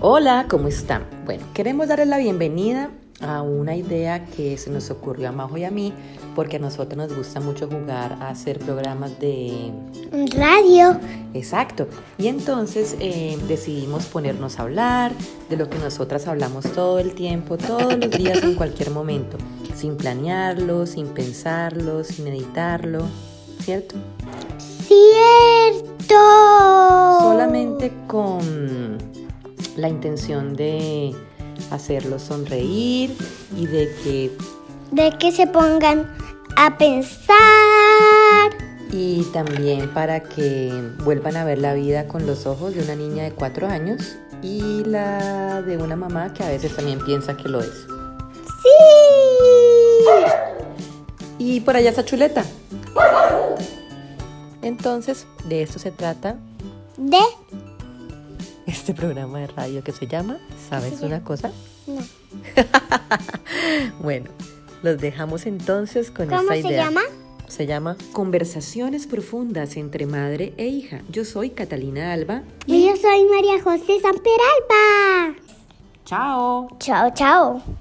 Hola, ¿cómo están? Bueno, queremos darles la bienvenida a una idea que se nos ocurrió a Majo y a mí, porque a nosotros nos gusta mucho jugar a hacer programas de... Radio. Exacto. Y entonces eh, decidimos ponernos a hablar de lo que nosotras hablamos todo el tiempo, todos los días, en cualquier momento, sin planearlo, sin pensarlo, sin editarlo, ¿cierto? Cierto. solamente con la intención de hacerlos sonreír y de que De que se pongan a pensar. y también para que vuelvan a ver la vida con los ojos de una niña de cuatro años y la de una mamá que a veces también piensa que lo es. Sí. Y por allá está Chuleta. Entonces, de esto se trata De. este programa de radio que se llama ¿Sabes una cosa? No. Bueno, los dejamos entonces con ¿Cómo esta se idea. llama? Se llama Conversaciones profundas entre madre e hija. Yo soy Catalina Alba. Yo soy María José San Peralba. Chao. Chao, chao.